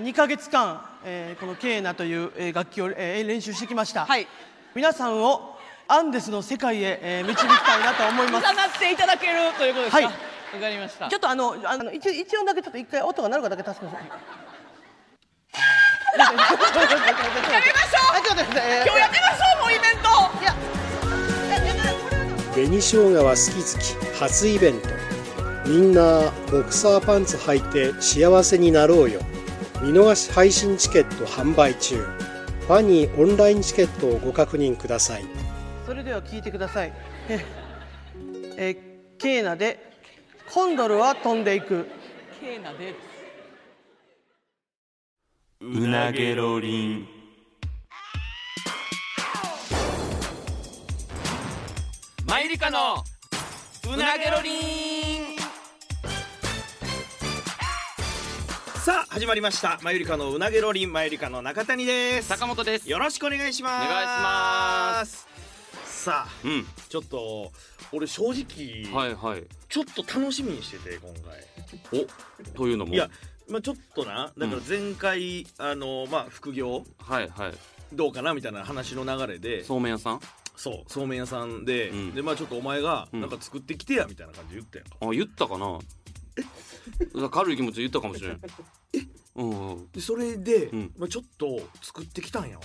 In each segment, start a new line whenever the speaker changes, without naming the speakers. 2ヶ月間、えーこのケーナという、えー楽器を、えー練習してきました、
はい
皆さんをアンデスの世界へ、えー導きたいなと思い
重
ます
なっていただけるということですか
はい
わかりまし た
ちょっとあのあの一一音だけちょっと一回音が鳴るかだけ助けてくだ さい
やりましょう
あちょっと待ってくださいえー
今日やってましょうもうイベ
い
ント
や
紅生姜は好き好き初イベントみんなボクサーパンツ履いて幸せになろうよ見逃し配信チケット販売中ファニーオンラインチケットをご確認ください
それでは聞いてください えーえーケーナでコンドルは飛んでいく
ケーナで
うなげろりんマイリカのうなげろりん
さあ始まりましたマユリカのうなげロリンマユリカの中谷です
坂本です
よろしくお願いします
お願いします
さあ
うん
ちょっと俺正直、
はいはい
ちょっと楽しみにしてて今回
おというのも
いやまあちょっとなだか
う
ら
ん
前回、あのまあ副業
はいはい
どうかなみたいな話の流れで
そうめん屋さん
そうそうめん屋さんで、
うん
でまあちょっとお前が
うん
なんか作ってきてやみたいな感じで言ったやんか、
あ言ったか な軽い気持ちで言ったかもしれんうんうん
でそれで、
うん
まあちょっと作ってきたんやわ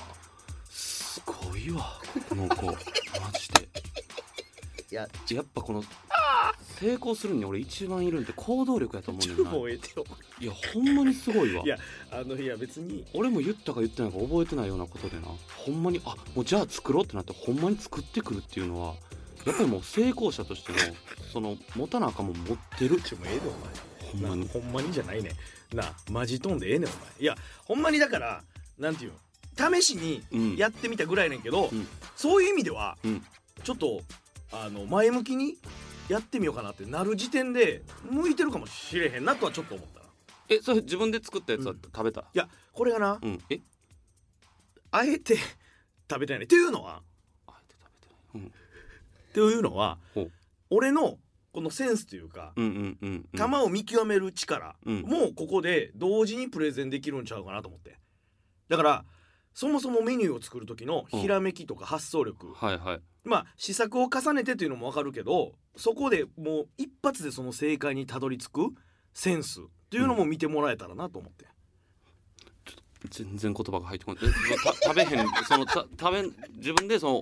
すごいわこの子マジで
いや
やっぱこの成功するに俺一番いるんって行動力やと思う
ち
ね
ょ
ん
っと
な
もうええてよ
いやほんまにすごいわ
いやあのいや別に
俺も言ったか言ってないか覚えてないようなことでなほんまにあもうじゃあ作ろうってなってほんまに作ってくるっていうのはやっぱりもう成功者として のその持たなあかんもん持ってる
ちょもうええでお前
ほんまに
ほんまにじゃないねなあマジ飛んでええねんお前いやほんまにだからなんていうの試しに
うん
やってみたぐらいねんけど、
うん
そういう意味では、
うん
ちょっとあの前向きにやってみようかなってなる時点で向いてるかもしれへんなとはちょっと思ったない
えそれ自分で作ったやつは
うん
食べた
やこれがな、
うん、え
あえて 食べたいねっていうのは
あえて食べてない、
っていうのは
ほう
俺のこのセンスというか、
うん、うんうんうんうん
球を見極める力、
うん
もうここで同時にプレゼンできるんちゃうかなと思ってだからそもそもメニューを作る時のひらめきとか発想力、
はいはい
まあ試作を重ねてというのも分かるけどそこでもう一発でその正解にたどり着くセンスっていうのも見てもらえたらなと思って、
全然言葉が入ってこないえた食べへ んそのた食べん自分でその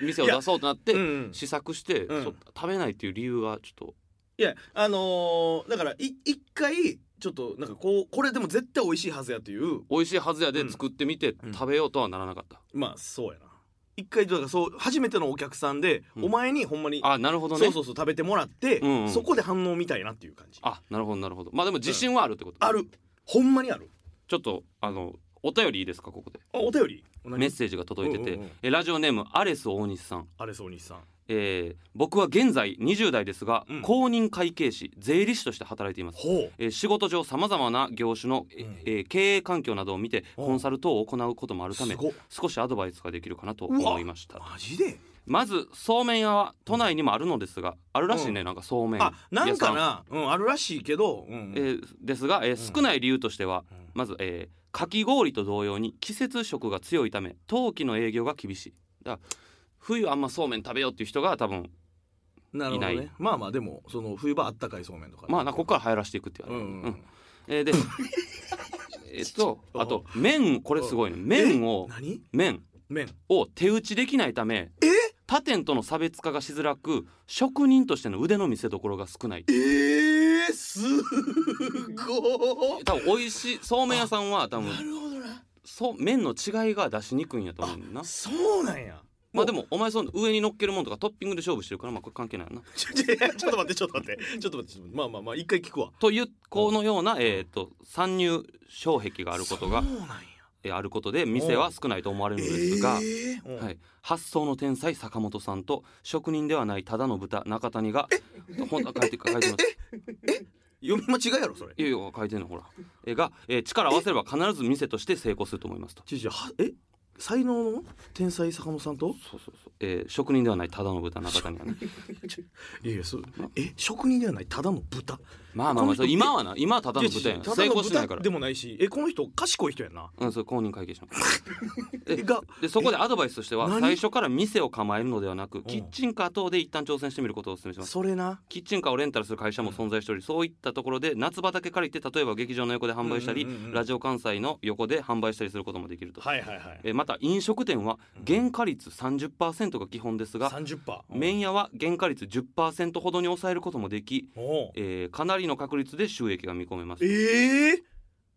店を出そうとなって、
うんうん
試作して、
うん
そ食べないっていう理由がちょっ
いやあのーだからい一回ちょっとなんかこうこれでも絶対美味しいはずやという
と美味しいはずや
う
で
ん
作ってみて、
うん
食べようとはならなかった、
まあそうやな一回だからそう初めてのお客さんで、
うん
お前にほんまに
あなるほどね
そうそうそう食べてもらって、
うんうん
そこで反応見たいなっていう感じあ
あなるほどなるほどまあでも自信はあるってこと、
るほんまにある
ちょっとあのお便りいいですかここで
あお便り何
メッセージが届いてて、
うんうんうん
えラジオネームアレス大西さん、
あれそう西さん
えー僕は現在20代ですが、
うん
公認会計士税理士として働いています
ほう
えー仕事上さまざまな業種の、え
うん
えー経営環境などを見て
うん
コンサル等を行うこともあるため
すごっ
少しアドバイスができるかなと
うわ
思いました
マジで
まずそうめん屋は都内にもあるのですがあるらしいね、なんかそうめん
あなんか
屋さ
なうんあるらしいけど、うん
えーですが、えー少ない理由としては、
うん
まず、えーかき氷と同様に季節食が強いため冬季の営業が厳しいだから冬あんまそうめん食べようっていう人が多分
なるほどね
いない
まあまあでもその冬場あったかいそうめんとか
まあなここから流行らしていくって言
う
わ
ん
れる、
うん、う
うんん、えーで えっとあと麺これすごいね麺を
え何
麺
麺
を手打ちできないため
え
他店との差別化がしづらく職人としての腕の見せ所が少ない
えー、すごっ
多分美味しいそうめん屋さんは多分
なるほどな
そう麺の違いが出しにくいんやと思うねんな
そうなんや
まあでもお前その上に乗っけるもんとかトッピングで勝負してるからまあこれ関係ないよな
ちょちょちょっと待ってちょっと待ってちょっと待ってちょっと待ってまあまあまあ一回聞くわ
というこのようなえっと参入障壁があることが
そうなんや
えーあることで店は少ないと思われるのですが
えーうん
はい、発想の天才坂本さんと職人ではないただの豚中谷がほん書いて書いてます
読み間違いやろそれ
いやいや書いてんのほらえーが、えー力を合わせれば必ず店として成功すると思いますと
ちょちょはえ才能の天才坂本さんと
そうそうそう、えー職人ではないただの豚中谷がね
いやいやそうえ職人ではないただの豚
まあまあまあそう今はな今はただの豚や
い
ん
やいや
成功してない
ただの
か
豚
ら
でもないしえこの人賢い人やんな
うんそう公認会計士のえ
が
でそこでアドバイスとしては
何
最初から店を構えるのではなく
ん
キッチンカー等で一旦挑戦してみることをお勧めします
それな
キッチンカーをレンタルする会社も存在しておりそういったところで夏場だけ借りて例えば劇場の横で販売したり、
うんうんうんうん
ラジオ関西の横で販売したりすることもできると、
はいはいはい
えまた飲食店は
うん
原価率30%が基本ですが、
30パー
麺屋は原価率10%ほどに抑えることもでき、
おう
えーかなりの確率で収益が見込めます
ええ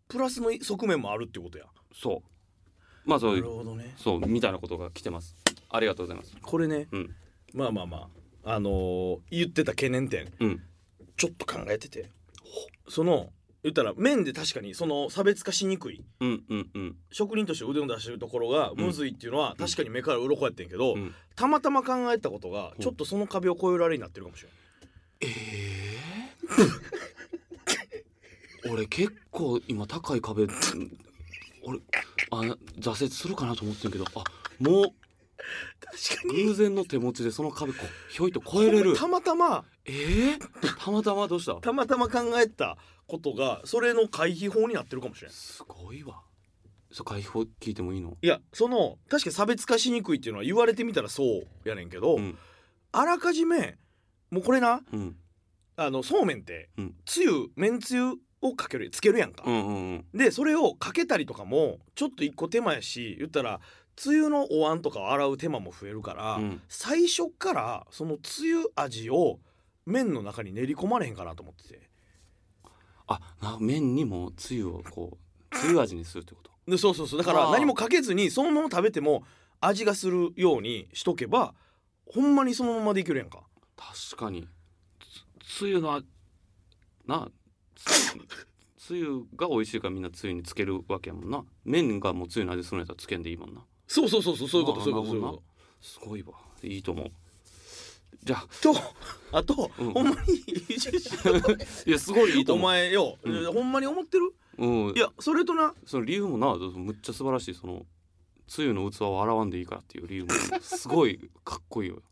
プラスの側面もあるってことや
そうまあそう
ないる
う
ほどね
そうみたいなことが来てますありがとうございます
これね
うん
まあまあまああのー言ってた懸念点
うん
ちょっと考えててその言ったら麺で確かにその差別化しにくい
うんうんうん
職人として腕を出してるところがむずいっていうのは確かに目から鱗やってんけど、
うん
たまたま考えたことがちょっとその壁を越えられになってるかもしれない
俺結構今高い壁うん俺あ挫折するかなと思ってんけどあもう
確
偶然の手持ちでその壁こひょいと越えれる
たまたま
えー、たまたまどうした
たまたま考えたことがそれの回避法になってるかもしれない
すごいわそう解放聞いてもいいの
いやその確かに差別化しにくいっていうのは言われてみたらそうやねんけど、
うん
あらかじめもうこれな
うん
あのそうめんって、
うん
つゆめんつゆをかけるつけるやんか、
うんうんうん
でそれをかけたりとかもちょっと一個手間やし言ったら梅雨のお椀とかを洗う手間も増えるから、
うん
最初からその梅雨味を麺の中に練り込まれへんかなと思ってて
あな麺にもつゆをこうつゆ味にするってこと
でそうそうそうだか
あ
ら
ー
何もかけずにそのまま食べても味がするようにしとけばほんまにそのままでいけるやんか
確かにつつゆのあなつつゆが美味しいからみんなつゆにつけるわけやもんな麺がもうつゆの味するんやったらつけんでいいもんな
そうそうそうそうそういうこと
まあ
そういうこと
な
そうい
るほ
う
ど
こ
なすごいわいいと思うじゃあ
ととあと、
うん
ほんまに移住しよう
いやすごいいいと
お
思う
前よ、
うん
ほんまに思ってる
うん
いやそれとな
その理由もなむっちゃ素晴らしいそのつゆの器を洗わんでいいからっていう理由もすごいかっこいいよ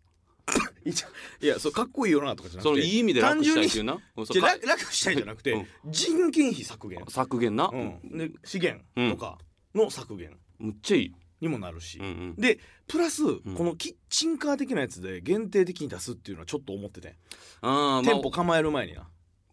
いやそうかっこいいよなとかじゃなくて
そのいい意味で楽したいっていうなうんそう
じゃ
か
楽楽したいじゃなくて、
うん
人件費削減、
削減な、
うん、で資源とかの削減
むっちゃいい、
にもなるし、
うんうん、
でプラス、
ん
このキッチンカー的なやつで限定的に出すっていうのはちょっと思ってて、
あーまあ
店舗構える前にな、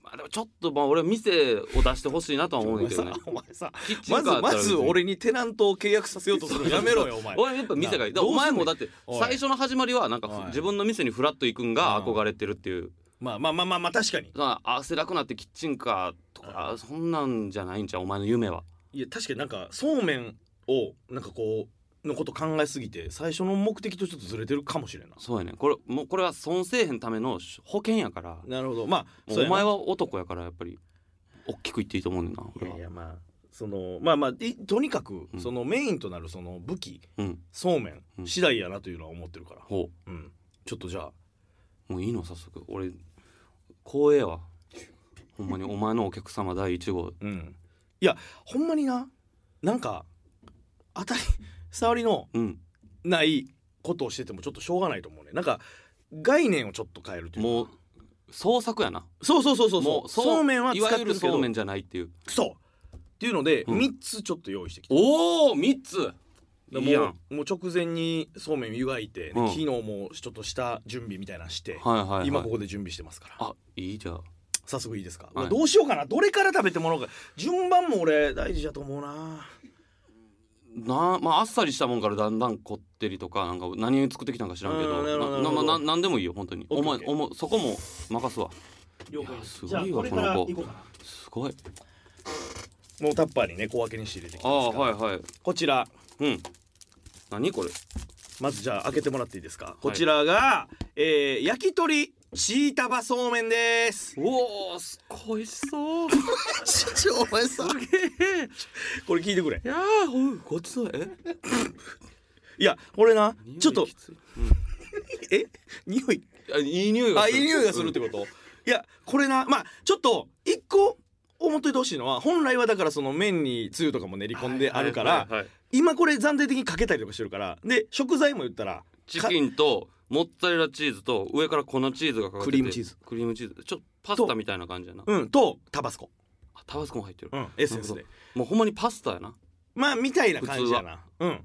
まあでもちょっとまあ俺は店を出してほしいなとは思うね
お
ん
前
けど
さ
ね
お前 さ
キッチンカ
ま
ー
ず
だったら
ま
別
ず
に
俺にテナントを契約させようとするのやめ ろよお前
俺やっぱ店がいいだからお
な
前も
ど
だ
う
って
おい
最初の始まりはなんか
おい
自分の店にフラッと行くんが憧れてるっていう
まあまあまあまあまあ確かに
まあ汗だくなってキッチンカーとかそんなんじゃないんちゃうお前の夢はい
や確かになんかそうめんをなんかこうのこと考えすぎて最初の目的とちょっとずれてるかもしれんな
そうやねんこれもうこれは損せえへんための保険やから
なるほどまあ
も
そ
うお
うやな
前は男やからやっぱり大きく言っていいと思うねんだよ
い
な俺
や
はい
やまあそのまあまあいとにかく
うん
そのメインとなるその武器
うん
そうめん
うん
次第やなというのは思ってるから、
ほ
うん、ちょっとじゃあ
うもういいの早速俺光栄やわほんまにお前のお客様第1号
うんいやほんまにななんか当たり障りの
うん
ないことをしててもちょっとしょうがないと思うねなんか概念をちょっと変えるというか
もう創作やな
そうそうそうそう
も
そうそうめんは使って
いわゆ
る
る
け
そう
ど
めんじゃないっていう
そうっていうので
うん
3つちょっと用意してきた、
おお3つ
で
いいやんは
もうもう直前にそうめん湯がいて、で
うん
昨日もちょっとした準備みたいなのして、
いはい、はい、
今ここで準備してますから
あいいじゃん
早速いいですか、
はい
どうしようかなどれから食べてもらおうか順番も俺大事だと思うな
なまああっさりしたもんからだんだんこってりとかなんか何を作ってきたんか知らんけ
う
ど
んなるほ
な
どなるほ
な
ど
ななんでもいいよ本当に
オッケー
お前
オッケー
おもそこも任すわ
了解
いや
です
すごい
じゃ
わ
あこれから
この
行
子
こうかな
すごい
もうタッパーにね小分けにして入れてき
あ
てま
あ
すから
はいはい
こちら
うん何これ
まずじゃあ開けてもらっていいですかこちらが、えー焼き鳥チータバそうめんです
おおすご いしそう
ちょお前さこれ聞いてくれ
いやーおうごちそうえ
いやこれな
匂い
ちょっと
きつい
え匂い
あいい匂いが
あ
する
いい匂いがするってこと、いやこれなまあちょっと一個思っといてほしいのは本来はだからその麺につゆとかも練り込んであるから、
はいはいはい
今これ暫定的にかけたりとかしてるからで食材も言ったら
チキンとモッツァレラチーズと上から粉チーズがかかってて
クリームチーズ
クリームチーズちょっとパスタみたいな感じやな、
うんとタバスコ、
あタバスコも入ってる、
うん、エッセンス
な
で
るもうほんまにパスタやな
まあみたいな感じやなうん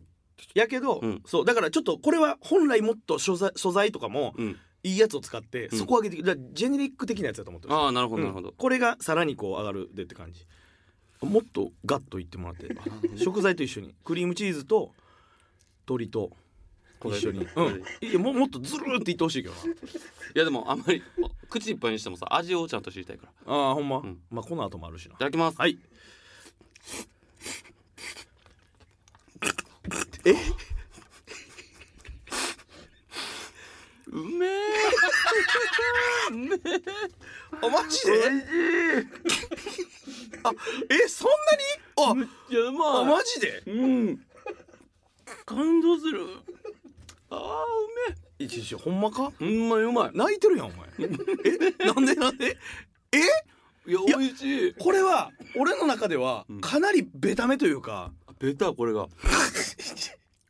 やけど、
うん
そうだからちょっとこれは本来もっと素材素材とかも
うん
いいやつを使って、
うん
そこ上げてだからジェネリック的なやつだと思ってる
ああなるほど
う
な
ん
るほど、
これがさらにこう上がるでって感じもっとガッといってもら って
あなるほどね
食材と一緒にクリームチーズと鶏と
これ
一緒に、う
これ
ん、いやもうもっとずるーっていってほしいけどない
やでもあんまり口いっぱいにしてもさ味をちゃんと知りたいからい
ああほんま、
ん
まあこの後もあるしな
ただきます、
はい
うめえ
あマジであえそんなに
いやま
ああ
あ
マジで
うん感動するああう
いやいやいやほんまか
めえほんまにうまい
泣いてるやんお前えなんでなんで
いや
いや
美味しい
これは俺の中では
うん
かなりベタめというか、
ベタこれ が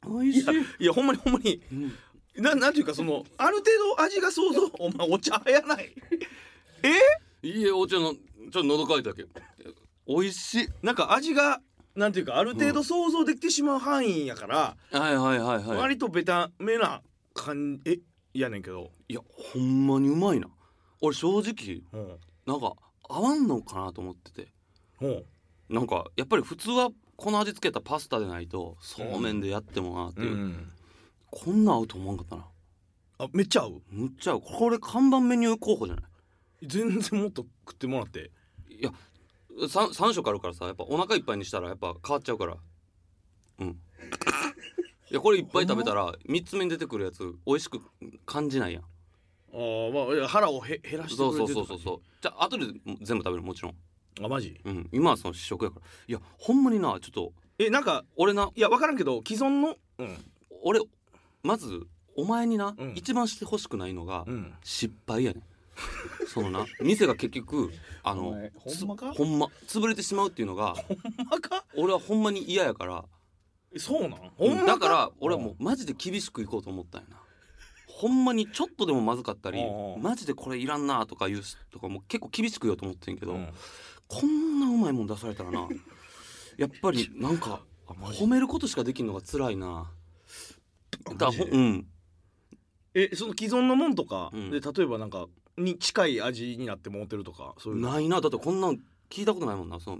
美味しい
いやほんまにほんまに
うん
ななんていうかそのある程度味が想像お前お茶やない
いいえお茶のちょっと喉乾いたけど美味しい
なんか味がなんていうかある程度想像できてしまう範囲やから、
はいはいはいはい
割とベタめな感じえやねんけど、
いやほんまにうまいな俺正直
うん
なんか合わんのかなと思ってて
うん、
なんかやっぱり普通はこの味付けたパスタでないとそうめんでやってもなっていう、こんな合うと思わんかったな
あめっちゃ合う
むっちゃ合うこれ看板メニュー候補じゃな
全然もっと食ってもらって
いいや 3, 三色あるからさやっぱお腹いっぱいにしたらやっぱ変わっちゃうからうんいやこれいっぱい食べたら3つ目に出てくるやつ美味しく感じないやん
あー、まあいや、腹をへ減らしてく
そう
れて
そ
る
うそうそうそうじゃあ後で全部食べるもちろん、
うあマジ
うん、今はその試食やからいやほんまになちょっと
えなんか
俺ない
や分からんけど既存のうん
俺まずお前にな、
うん
一番してほしくないのが、
うん
失敗やねんそのな店が結局あ
お
の
前ほ
つ
んまか
ほんま潰れてしまうっていうのが
ほんまか
俺はほんまに嫌やから
えそうなんほんま
だから俺はもうマジで厳しくいこうと思ったんやなほんまにちょっとでもまずかったり
うんうん
マジでこれいらんなとかいうしとかも結構厳しく言おうと思ってんけ
う
ど、
ん
こんなうまいもん出されたらなやっぱりなんか
あマジ
褒めることしかできんのが辛いなだから
マジ
ほ
で
うん
えその既存のもんとか、
うん
で例えばなんかに近い味になってもうてるとかそういうの
ないなだってこんなん聞いたことないもんなそう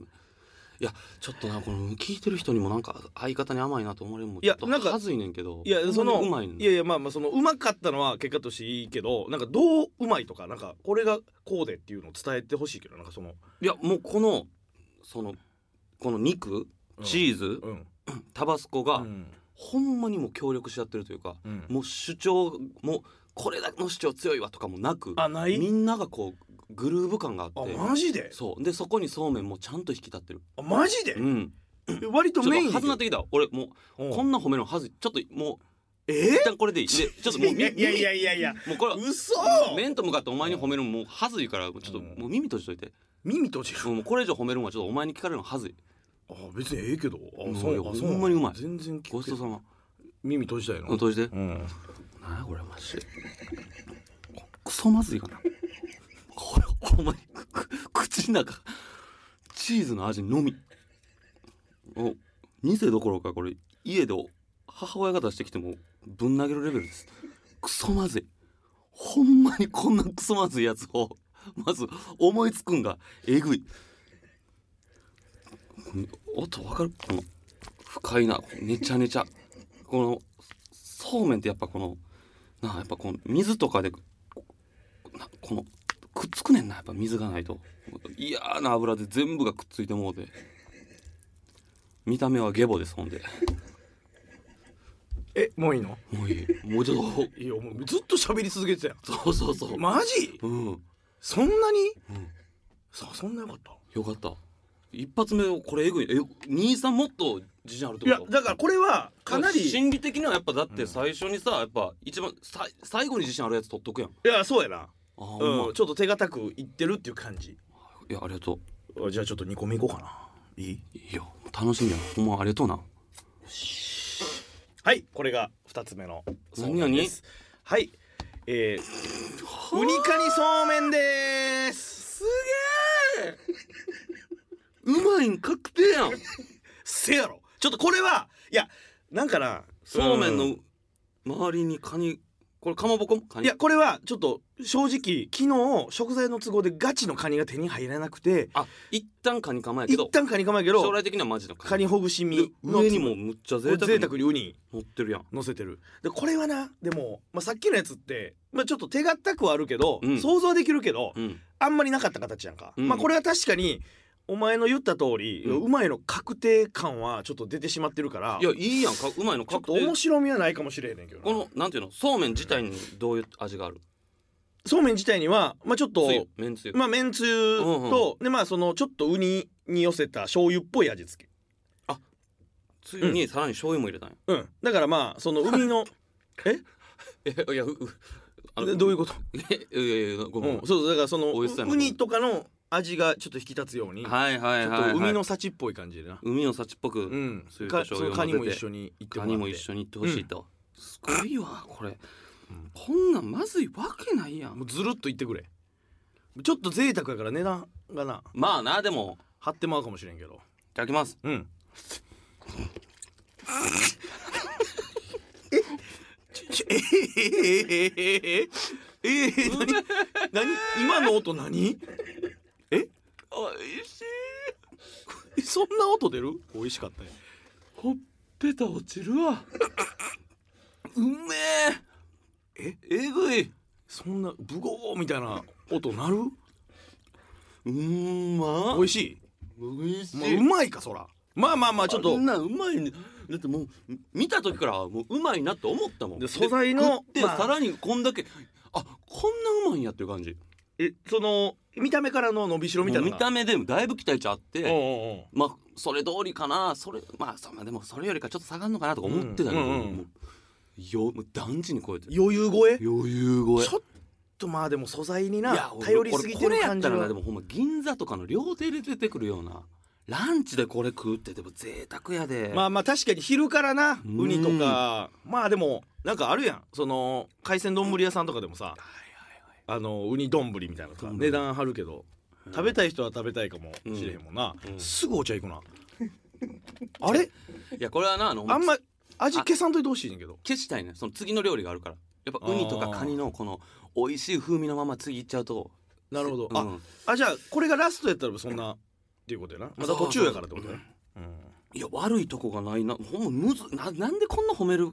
いやちょっとなこの聞いてる人にもなんか相方に甘いなと思われるのも
い
ちょ
や
っと
なんか
はずいねんけど
いやその
ほんまにうまいねん
いやいやまあまあそのうまかったのは結果としていいけどなんかどううまいとかなんかこれがこうでっていうのを伝えてほしいけどなんかその、
いやもうこのそのこの肉
うん
チーズ、
うん
タバスコが、
うん
ほんまにもう協力し合ってるというか、
うん
もう主張もこれだけの主張強いわとかもなく
あない
みんながこうグルーヴ感があって
あマジで
そうでそこにそうめんもちゃんと引き立ってる
あマジで
う、ん
割
ちょ
と
っと
メイン
はずなってきた俺も
う
うんこんな褒めるのはずちょっともう
え
一旦これでいいでちょっともう
いやいやいやいやいや
もうこれは
嘘
面と向かってお前に褒めるのもうはずいからちょっと
うん
もう耳閉じといて、
耳閉じる
うんもうこれ以上褒めるのはちょっとお前に聞かれるのはずい
あ別にええけど
うん
あそう
いや
あそう
ほんまにうまい
全然
ごちそうさま
耳閉じたいの
うん閉じて、
うん
なんやこれマジでクソまずいかなこれお前く口の中チーズの味のみお店どころかこれ家で母親が出してきてもぶん投げるレベルですクソまずいほんまにこんなクソまずいやつをまず思いつくんがえぐい音わかるこの深いなねちゃねちゃこのそうめんってやっぱこのなあやっぱこの水とかでこなこのくっつくねんなやっぱ水がないと嫌な油で全部がくっついてもうて見た目はゲボですほんで
えもういいの
もういいもうちょっ
いやもうずっと喋り続けてたやん
とそうそうそう、
マジ
うん
そんなに、
うん
さそんなよかった
よかった一発目これえぐいえ兄さんもっと自信あるって
い
こ
や
と
だからこれはかなりい
心理的にはやっぱだって最初にさ、やっぱ一番さい最後に自信あるやつ取っとくやんあ
やそうやな
あ、ほんま
うんちょっと手堅くいってるっていう感じ
いやありがとう
あじゃあちょっと2個目いこうかないい
いや楽しみやほんまありがとうな
はいこれが2つ目の
何々
ですはいえー、ウニカニそうめんです
すげえうまいん確定やん
せやろちょっとこれはいやなんかな
そうめん
う
の周りにカニこれかまぼこカ
い
ニ
やこれはちょっと正直昨日食材の都合でガチのカニが手に入らなくて
あ一旦カニかまやけ
一
ど
旦カニカマやけ
将
ど
来的にはマジの
カニほぐし
で
身の
上にもむっちゃ
これ
贅沢
贅
に
沢にウニ
乗ってるやん
乗せてるでこれはなでも、まあ、さっきのやつって、まあ、ちょっと手堅くはあるけど、
うん
想像はできるけど、
うん
あんまりなかった形やんか、
うん
まあこれは確かにお前の言った通り、う
うん
まいの確定感はちょっと出てしまってるから
いやいいやんかうまいの
ちょっ
確
と
定
面白みはないかもしれへんねんけどな
このなんていうのそうめん自体にどういう味がある
そうめん自体には、まあ、ちょっと
つゆめんつゆ、
まあめんつゆ
うん
と、でまあそのちょっとウニに寄せた醤油っぽい味付け
つゆにさらに醤油も入れたんや
うんだからまあその 海の
えいやううあの
ど ういうこと、
えいやいやいやご
う
めん、
ん、そうそうだからその
美味しそうやな
ウニとかの味がちょっと引き立つように、
はいはいはい、
ちょ
は
っ
い、
と海の幸っぽい感じでな、
海の幸っぽく、
うん
つゆと
か
醤
その
油を
カニも
混ぜて
一緒に行っ
カ
てもらって
ニも一緒に行ってほしいと、すごいわこれ、
ん
こんなんまずいわけないやん
もうずるっと言ってくれちょっと贅沢やから値段がな
まあなでも
張ってまうかもしれんけど
いただきます
うんえええええええええ何何今の音何
おいしい
そんな音出る美味しかったよ
ほっぺた落ちるわうめえええぐい
そんなブゴーみたいな音鳴る
うんま
美味しい、
おいし
まあ、うまいかそらまあまあまあち
ちょっ
ょっ
と
と
んなうまいねだってもう見た時からもううまいなって思ったもん
で素材の
食って
まあ
さらにこんだけあこんなうまいんやっていう感じ
えその見た目からの伸びしろみたいな
もう見た
目
目でもだいぶ期待値あって、
うんうんうん
まあそれ通りかなそれまあそまあでもそれよりかちょっと下がんのかなとか思ってたけど、
うんうんうん
もうよもう断じに超えてる
余裕超え
余裕超え
ちょっとまあでも素材に
いや
な
俺
頼りすぎて
俺
る
これや
感
っ
じ
たら
は
なでもほんま銀座とかの料亭で出てくるようなランチでこれ食うってでも贅沢やで
まあまあ確かに昼からな
うん
ウニとかまあでもなんかあるやんその海鮮丼屋さんとかでもさあのウニ丼みたいなのさ
丼
値段張るけど食べたい人は食べたいかもしれへんもんな
うんうん
すぐお茶行く なあれ
いやこれはなあの
あんま味消さんといてほしいねんけど
消したいねその次の料理があるからやっぱウニとかカニのこの美味しい風味のまま次いっちゃうと
なるほど
う
あ
ん、
あじゃあこれがラストやったらそんなっていうことやなまだ途中やからってことや
いや悪いとこがないなほんまむずななんでこんな褒める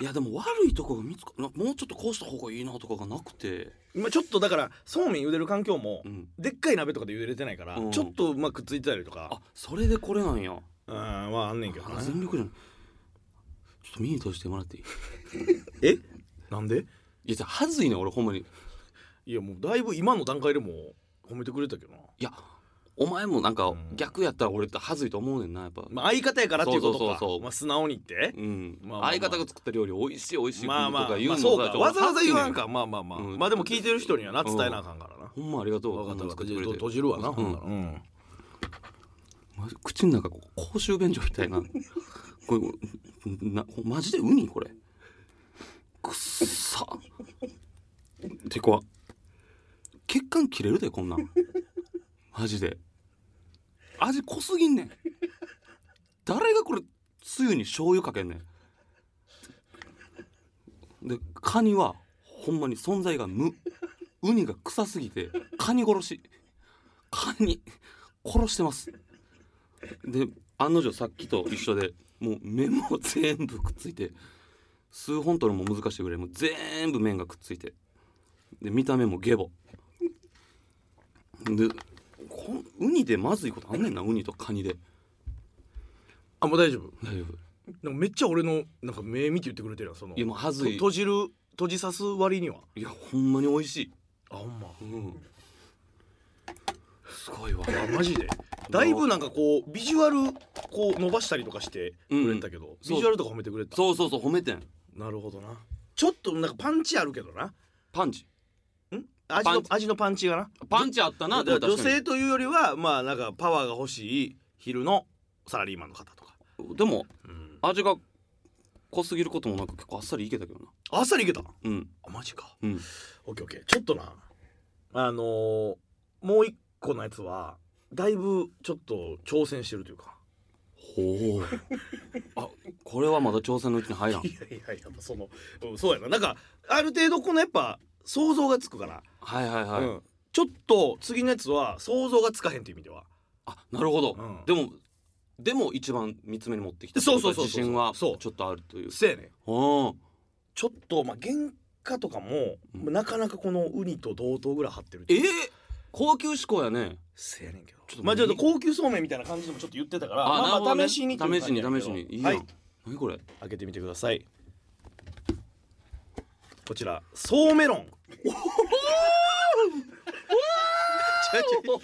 いやでも悪いとこが見つかなもうちょっとこうした方がいいなとかがなくて
今ちょっとだからそうめん茹でる環境も
うん
でっかい鍋とかで茹でれてないから、
うん
ちょっとまあくっついてたりと
あ
か
それでこれなんや
うんまああんねんけど
あ
ね
全力じゃないちょっと見に通してもらっていい
えなんで
いやじゃあはずいね俺ほんまに
いやもうだいぶ今の段階でもう褒めてくれたけどない
やお前もなんか
うん
逆やったら俺ってはずいと思うねんなやっぱ、
まあ相方やからっていうことか
そうそうそうそう
まあ素直にって
うん、
まあまあまあ
相方が作った料理美味しい美味しいと
まあまあ、
か言う
ま
の
あ、そう
だ
か
って
わざわざ言わん
は
かまあまあまあ、
うん
まあでも聞いてる人にはな伝えなあかんからな、
ずいねんほんまありがとう
分かった分か
作
っ
ったて
じ
く
ゃ
れて
あ閉じるわな、ほんなら
う
うん
マジ口の中こう公衆便所みたいなこれなマジでウニこれくっさてこわ血管切れるでこんなんマジで味濃すぎんねん誰がこれつゆに醤油かけんねんでカニはほんまに存在が無ウニが臭すぎてカニ殺しカニ殺してますで案の定さっきと一緒でもう麺も全部くっついて数本取るのも難しいぐらいもう全部麺がくっついてで見た目もゲボでこんウニでまずいことあんねんなウニとカニで
あもう大丈夫
大丈夫
なんかめっちゃ俺のなんか目見て言ってくれてるやんその
いやもうはずい
と閉じる閉じさす割にはい
やほんまに美味しい
あほんま
うんすごいわ
あマジ でだいぶなんかこうビジュアルこう伸ばしたりとかしてくれたけど、ビジュアルとか褒めてくれた
そうそうそう褒めてん
なるほどなちょっとなんかパンチあるけどな
パンチ
ん味
パ
の
ンチ
味のパンチがな
パンチあったなでも
だから
確
女
かに
性というよりはまあなんかパワーが欲しい昼のサラリーマンの方とか、
でも
うん
味が濃すぎることもなく結構あっさりいけたけどな
あっさりいけた
うん
あマジか
うん
オッケーオッケーちょっとなあのーもう一個のやつはだいぶちょっと挑戦してるというか
ほうあこれはまだ挑戦のうちに 入らん
いやいやいやっぱその、うん、そうやななんかある程度このやっぱ想像がつくから、
はいはいはい、
うん、ちょっと次のやつは想像がつかへんっていう意味では
あなるほど、
うん
でもでも一番見つめに持ってきた
そうそうそうそ
自
う
信はち
そ
ょ
う
っとあるという
せやねん
あ
ちょっとまあ原価とかも、
うん
なかなかこのウニと同等ぐらい張ってる
えー、高級志向やね
せやねんけど
ちょっと
まあちょっと高級そうめんみたいな感じでもちょっと言ってたから
あ
ま
な
あ
るほ
ま
ど
あ
ね
試しにとい
試し
う感じ
に
やけど
試しにいいや
は
ん、
い
何これ
開けてみてくださいこちらそうメロンおお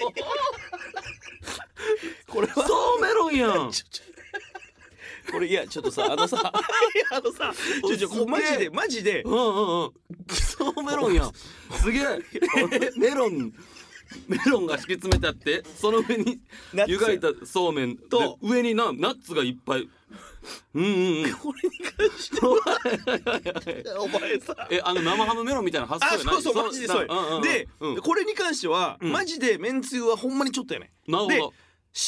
これは
そうメロンや ん
これいやちょっとさあのさいやあのさちょちょこうマジでマジで
うんうんうんそうメロンや んすげえ メロンメロンが敷き詰めてあってその上に
ナッツ
湯がいたそうめん
と
と上になナッツがいっぱいうんうんうん
これに関してはお前さ
えあの生ハムメロンみたいな発
あ
想やない
そうそうマジでそうや
なうんうんうん
で
うん
これに関しては
うん
マジでめんつゆはほんまにちょっとやね
なるほ
で
ど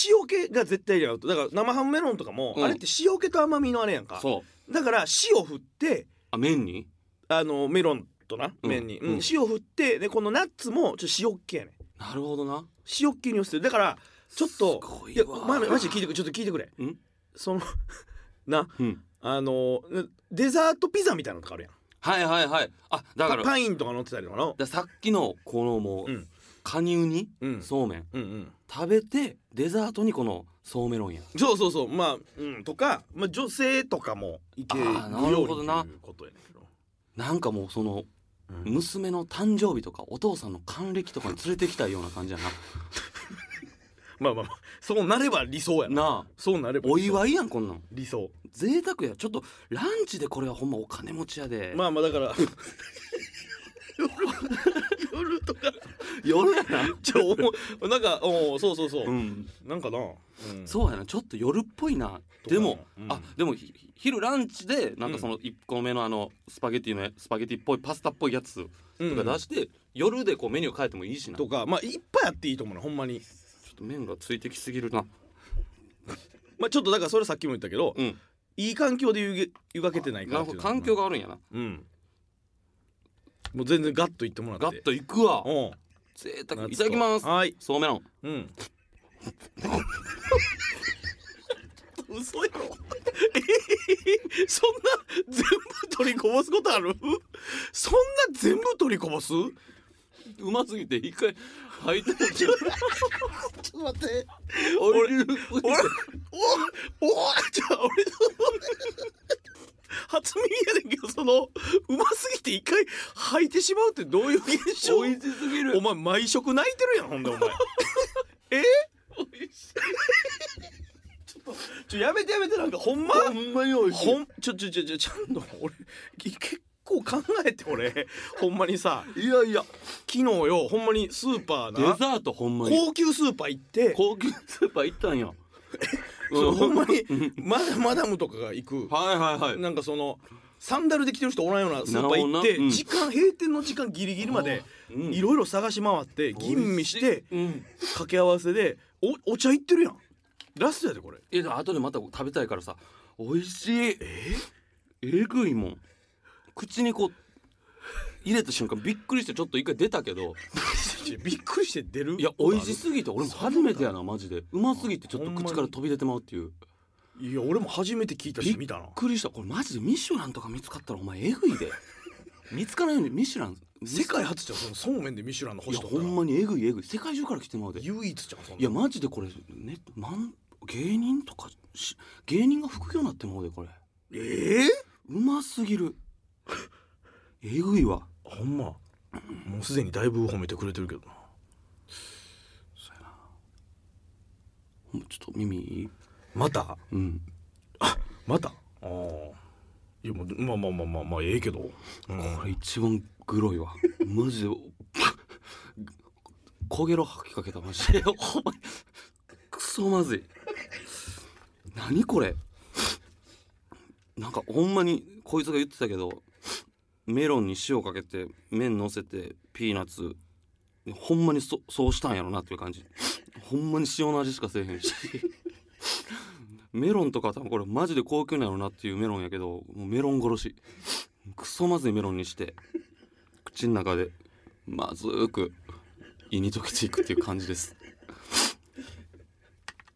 塩気が絶対に合うとだから生ハムメロンとかも
うん
あれって塩気と甘みのあれやんか
そう
だから塩振って
あ麺に
あのメロンとな
うん
麺に
うん
うん塩振ってでこのナッツもちょっと塩気やね
なるほどな
塩気に寄せてるだからちょっと
すごい
いや
わ
まマジで聞いてくれちょっと聞いてくれ
ん
その な
うん
あのデザートピザみたいなのとかあるやん
はいはいはいあだか
パ
ら
パインとか乗ってたりとかの
ださっきのこのもう、
うん
カニウニ、
うん
そうめん
うんうん
食べてデザートにこのそうめろんや
そうそうそうまあうんとか、まあ、女性とかもいけるよう
あーなるほど
に
な
ということやねんけど
なんかもうその、
うん
娘の誕生日とかお父さんの還暦とかに連れてきたいような感じや
まあまあまあそうなれば理想
な
やな
なあ
そうなれば
お
い
祝いやんこんなん
理想
贅沢やちょっとランチでこれはほんまお金持ちやで、
まあまあだから 夜夜とか
夜やな
ちょおもなんかおうそうそう そう、
うん
なんかな、うん
そうやなちょっと夜っぽいな
とか
でも、
うん
あでもひひ昼ランチでなんかその1個目のあのスパゲティのやスパゲティっぽいパスタっぽいやつ
うん、
とか出して、夜でこうメニュー変えてもいいしなちょ
とかまあいっぱいあっていいと思うなほんまに
っと麺がついてきすぎるな
まあちょっとだからそれさっきも言ったけど、
うん
いい環境で湯げ湯がけてないか
な
ら
る
って
ほ
いう
ど
の
環境があるんやな
うんもう全然ガッといってもらって
ガッといくわ
うん
贅沢いただきます
はい。
そうめろん
うん。嘘やろ。えそんな全部取りこぼすことある？そんな全部取りこぼす？
うますぎて一回入って みて
ちょっと待って。
俺俺
俺おおじゃあ俺の初耳やねんけどそのうますぎて一回吐いてしまうってどういう現象？
美味しすぎ
お
る
前毎食泣いてるやんほんでお前えちょっとちょやめてやめてなんかほんま
ほんまに美味しい
ほんちょちょちょちょちゃんと俺き結構考えて俺ほんまにさ
いやいや
昨日よほんまにスーパー
デ
な
ザートほんまに
高級スーパー行って
高級スーパー行ったんや
そうほんまに
うん
マダマダムとかが行く
はいはいはい
なんかそのサンダルで来てる人おらんようなスーパー行
な
っ
るほどなうん
て時間閉店の時間ギリギリまで
うん
いろいろ探し回って吟味して
うん
掛け合わせでおお茶行ってるやんラストやでこれ
いやでも後でまた食べたいからさ美味しいええぐいもん口にこう入れた瞬間びっくりしてちょっと一回出たけ ど
びっくりして出る
いや美味しすぎて俺も初めてやなマジでうますぎてちょっと
ほんまに
口から飛び出てまうっていう
いや俺も初めて聞いた
び
し
っ
見たな
くりしたこれマジでミシュランとか見つかったらお前えぐい で見つからんようにミシュラン
世界初じゃんそのそうめんでミシュランの
いや
星取
ほ
ったら
んまにえぐいえぐい世界中から来てまうでい
唯一じゃんそんな
やマジでこれねなん芸人とかし芸人が副業になってまうでこれ
ええ
うますぎる えぐいわ
ほんまもうすでにだいぶ褒めてくれてるけどな
もうちょっと耳いい
また
うん
またああいやもうまあまあまあまあまあええけど、うん
これ一番グロいわマジで焦げろ吐きかけたマジで ほんまにクソまずい何これなんかほんまにこいつが言ってたけどメロンに塩かけて麺乗せてピーナッツほんまにそそうしたんやろなっていう感じほんまに塩の味しかせえへんし メロンとか多分これマジで高級なんやろなっていうメロンやけどもうメロン殺しクソまずいメロンにして口の中でまずーく胃に溶けていくっていう感じです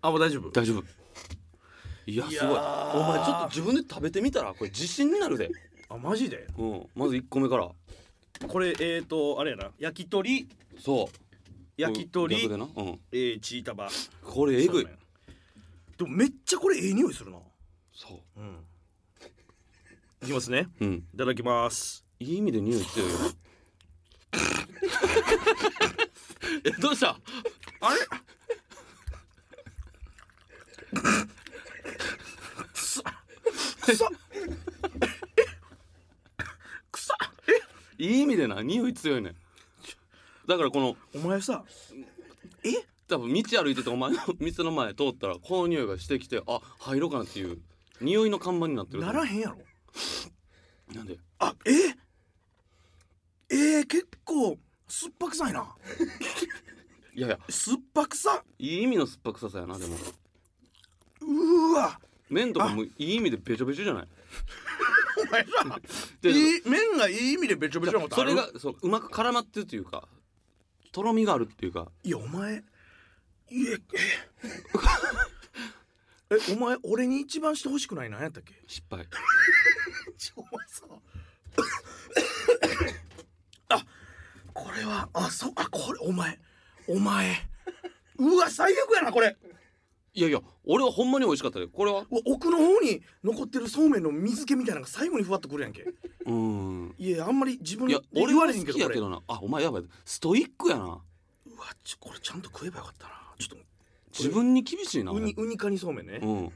あもう大丈夫
大丈夫いやすごいお前ちょっと自分で食べてみたらこれ自信になるで、
あマジで
うん、まず1個目から
これえっ、ー、とあれやな焼き鳥
そう
焼き鳥
逆でな、うん、
えー、チータバ
これえぐい
そうめんでもめっちゃこれええ匂いするな
そう
うんいきますね
う、ん、
いただきます
いい意味で匂い強いよ えどうした
あれくさくさくさ
いい意味でな匂い強いねんだからこの
お前さ
多分道歩いててお前の 店の前通ったらこの匂いがしてきてあ入ろうかなっていう匂いの看板になってると
な
思う
らへんやろ
なんで
あええー、結構酸っぱくさいない
やいや
酸っぱくさ
いい意味の酸っぱくささやなでも
うーわ
麺とかもいい意味でべちょべちょじゃない
お前さ い
で
い麺がいい意味でべちょべちょなこと
そ
ある
れがそううまく絡まってるというかとろみがあるっていうか
いやお前いえええお前俺に一番してほしくない何やったっけ
失敗
ちょお前さあこれはあそうあこれお前お前うわ最悪やなこれ
いやいや俺はほんまに美味しかったでこれは
うわ奥の方に残ってるそうめんの水気みたいなのが最後にふわっとくるやんけ
うーん
いやあんまり自分
い
で
や俺
言わ
は
れへん
好
けど
き
こ
や
れ
けどなあお前やばいストイックやな
うわちょこれちゃんと食えばよかったなちょっ
自分に厳しいな
とウニ
俺
ウニカニそうめんね
うん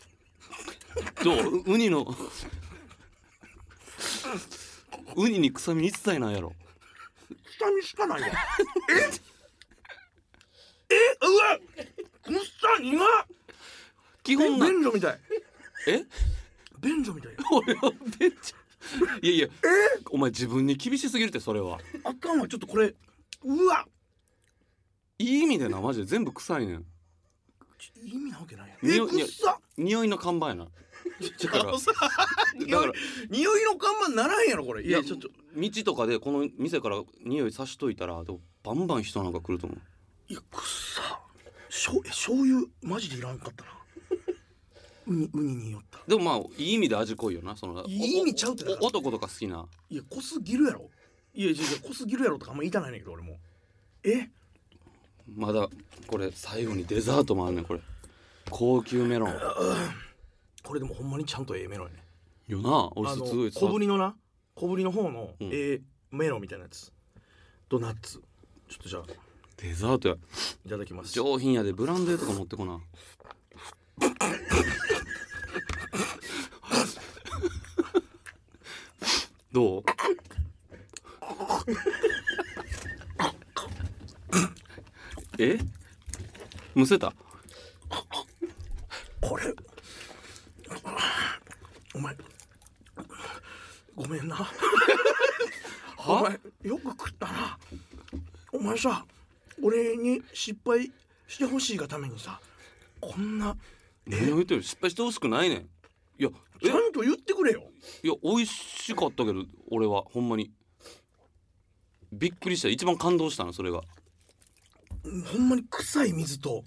どうウニのウニに臭み一切ないやろ
下にしか ないわええうわくっさ苦っ
基
え
本 な
便所みたい
え
便所みたいや
俺はめっちゃいやいやお前自分に厳しすぎるってそれは
あかんわちょっとこれうわ
いい意味でなマジで全部臭いねん
ちょ意味なわけないやんえ
匂い
くっさ
匂いの看板やなだから
あのさ
だ
匂
か
い
ら
匂いの看板ならへんやろこれい
いや
や
ち
ち
ょ
ょ
っ
っ
と
と
道とかでこの店から匂いさしといたらでもバンバン人なんか来ると思う
いやくっさしょえ醤油マジでいらんかったなウニウニによった
でもまあいい意味で味濃いよなその
いい意味ちゃうってだから
おお男とか好きない
や濃すぎるやろいやいやいや濃すぎるやろとかあんま言いたないねんけど俺もえ
まだこれ最後にデザートもあるねんこれ高級メロン
これでもほんまにちゃんとええメロンやね
よな俺
あ
す
の
ごいさ
小ぶりのな小ぶりの方の、
うん
えーメロンみたいなやつとナッツちょっとじゃあ
デザートや
いただきます
上品やでブランデーとか持ってこなどうえむせた
これお前ごめんな お前よく食ったなお前さ俺に失敗してほしいがためにさこんな
何を言ってる失敗してほしくないねんいや
ちゃんと言ってくれよ
えいや美味しかったけど俺はほんまにびっくりした一番感動したのそれが
ほんまに臭い水と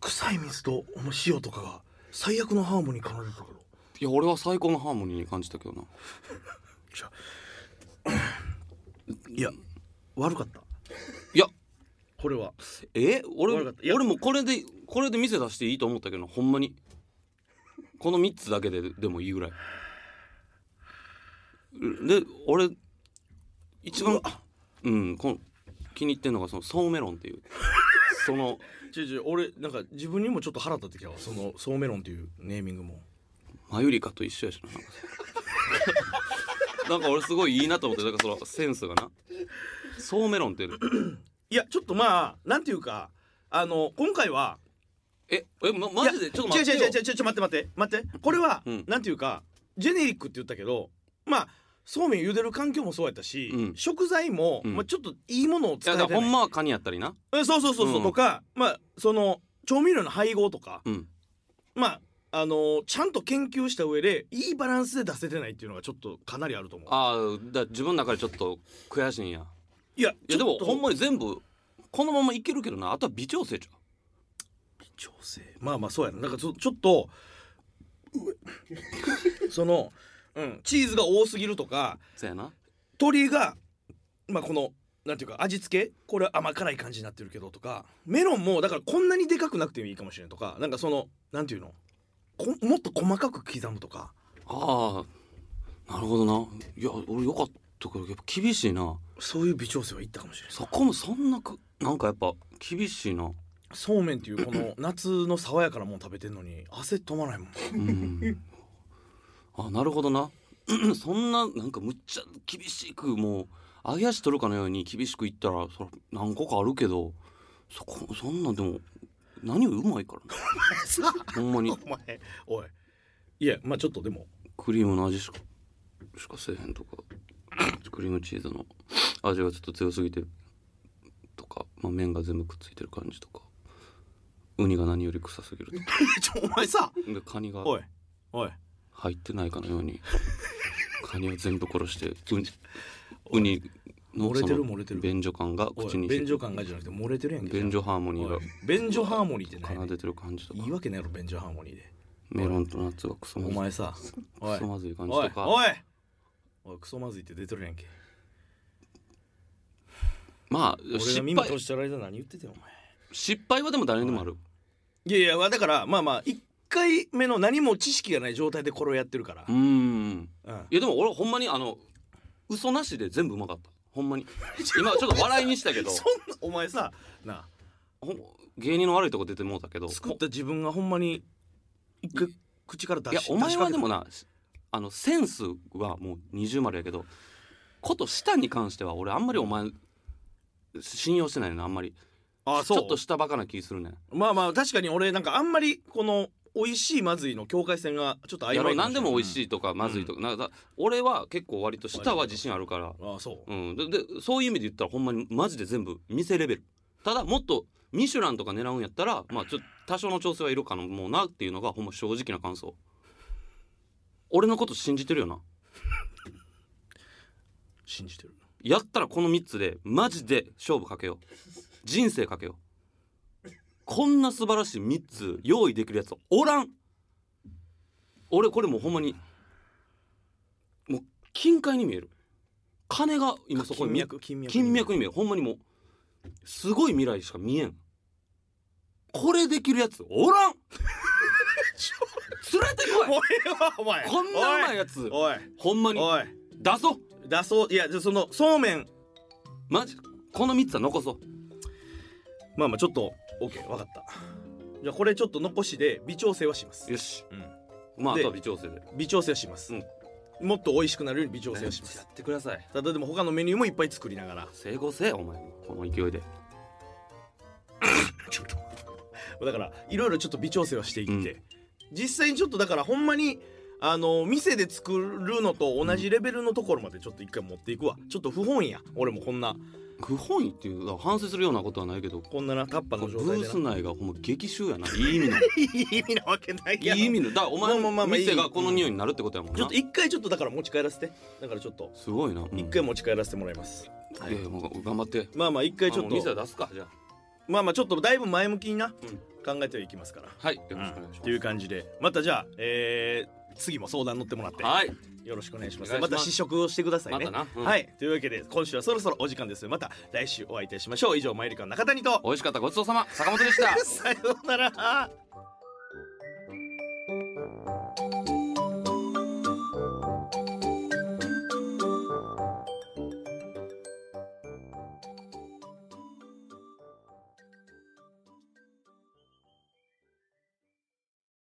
臭い水とお前塩とかが最悪のハーモニー奏でてたけど
いや俺は最高のハーモニーに感じたけどな
じゃあいや悪かった
いや
これは
え俺
悪かったいや
俺もこれでこれで店出していいと思ったけどほんまにこの3つだけででもいいぐらいで俺一番うんこの気に入ってんのがそのソーメロンっていうその
ちょちょ俺なんか自分にもちょっと腹立ってきたわそのそうメロンっていうネーミングも
マユリカと一緒やしななん かなんか俺すごいいいなと思ってだからそのセンスがなそうメロンって
いやちょっとまあなんていうかあの今回は
ええまマジでちょっと待ってよ
違う違う違う違うちょっと待って待って待ってこれは、
うん
なんていうかジェネリックって言ったけどまあそうめん茹でる環境もそうやったし、
うん
食材も、
うん
まあ、ちょっといいものを
い
使
や
い
だ
た
から
い
ほんまはカニやったりな
えそうそうそうそう、
うん
とかまあその調味料の配合とか
うん
まああのちゃんと研究した上でいいバランスで出せてないっていうのがちょっとかなりあると思う
ああだ自分の中でちょっと悔しいんや
いや
いやでもほん
ま
まに全部このままいけるけどなあとは微調整ちゃう
調整まあまあそうやななんかちょちょっとうえ その、うん、チーズが多すぎるとか
そやな
鶏がまあこのなんていうか味付けこれは甘辛い感じになってるけどとかメロンもだからこんなにでかくなくてもいいかもしれんとかなんかそのなんていうのこもっと細かく刻むとか
ああなるほどないや俺よかったけどやっぱ厳しいな
そういう微調整はいったかもしれない
そこもそんなくなんかやっぱ厳しいな
そうめんっていうこ の夏の爽やかなもん食べてんのに汗止まないもん
うんあなるほどな そんななんかむっちゃ厳しくもう揚げ足取るかのように厳しくいったらそら何個かあるけどそこそんなんでも何よりうまいからな
さ
ほんまに
お前おいいやまあちょっとでも
クリームの味しかしかせえへんとかクリームチーズの味がちょっと強すぎてるとか、まあ、麺が全部くっついてる感じとかウニが何より臭すぎるとか
ちょお前さ
でカニが
おいおい
入ってないかのようにカニを全部殺してウニウニの
漏れてる
その
漏れてる
便所感が
お
口
い
に
便所感がじゃなくて漏れてるやんけ
便所ハーモニー
お
が
い便所ハーモニーって
奏
何
でてる感じとか
いいわけないやろ便所ハーモニーで
メロンとナッツがクソ
お
まずい
前さお
ク
い
ソまずい感じ
おい
とか
おいおいクソまずいって出てるやんけ
まあ
俺
失
が耳
敗
閉じてる間何言っててお前
失敗はでも誰にでもある
いやいやまあだからまあまあ1回目の何も知識がない状態でこれをやってるから
うーん
うん
いやでも俺ほんまにあの嘘なしで全部うまかったほんまに今ちょっと笑いにしたけど
そんなお前さな
ほん芸人の悪いとこ出てもうたけど
あ作った自分がほんまに一回口から出し
いやお前はでも
な
なあのセンスはもう二重丸やけどこと舌に関しては俺あんまりお前信用してないのあんまり
あ
ち
そう
ょっと下バカな気するねん
まあまあ確かに俺なんかあんまりこの美味しいまずいの境界線がちょっと
い
曖
やろ
昧
何でも美味
い、
しいとかまずいとか,、なんか俺は結構割と舌は自信あるから、
うんあそう
うん、ででそういう意味で言ったらほんまにマジで全部店レベルただもっとミシュランとか狙うんやったらまあちょっと多少の調整はいるかもなっていうのがほんま正直な感想俺のこと信じてるよな
信じてる
やったらこの3つでマジで勝負かけよう人生かけようこんな素晴らしい3つ用意できるやつおらん俺これもうほんまにもう金塊に見える金が今そこに
金
見え
脈金脈
金脈に見えるほんまにもうすごい未来しか見えんこれできるやつおらん連れて
お
こい
いお前
こんなうまいやつ
おい
ほんまに
おい
出そう
出そういやじゃあそのそうめん
マジこの3つは残そう
まあまあちょっと OK 分かったじゃあこれちょっと残しで微調整はします
よし、
ん
まああ
で
とは微調整で
微調整はします、
うん
もっと美味しくなるように微調整はしま
や
す
ってください
ただでも他のメニューもいっぱい作りながら
成功せえお前この勢いで
だからいろいろちょっと微調整はしていって、実際にちょっとだからほんまにあの店で作るのと同じレベルのところまでちょっと一回持っていくわちょっと不本意や俺もこんな
不本意っていうのは反省するようなことはないけど
こんななタッパ
こ
の
の
状
ブ
態
ー
で
ス
な
内がほんま激臭やないい意味の
いい意味なわけない
い
やろ
い意味のだからお前
まあまあま
の
あまあいい
店がこの匂いになるってことやもん
ちょ
な
っと一回ちょっとだから持ち帰らせてだからちょっと
すごいなうん
一回持ち帰らせてもらいます、はい
いやいやもう頑張って
まあまあ一回ちょっ
あもう店
と
は出すかじゃ
まあまあちょっとだいぶ前向きにな、
ん
考えてはいきますから
あはいよろしくお願いします、
っていう感じでまたじゃあ、えー次も相談乗ってもらって
はい
よろしくお願いします
お願いし
ま
ます
た試食をしてくださいね
またなうん
はいというわけで今週はそろそろお時間ですまた来週お会いいたしましょう以上マイルカの中谷と
美味しかったごちそうさま 坂本でした
さようなら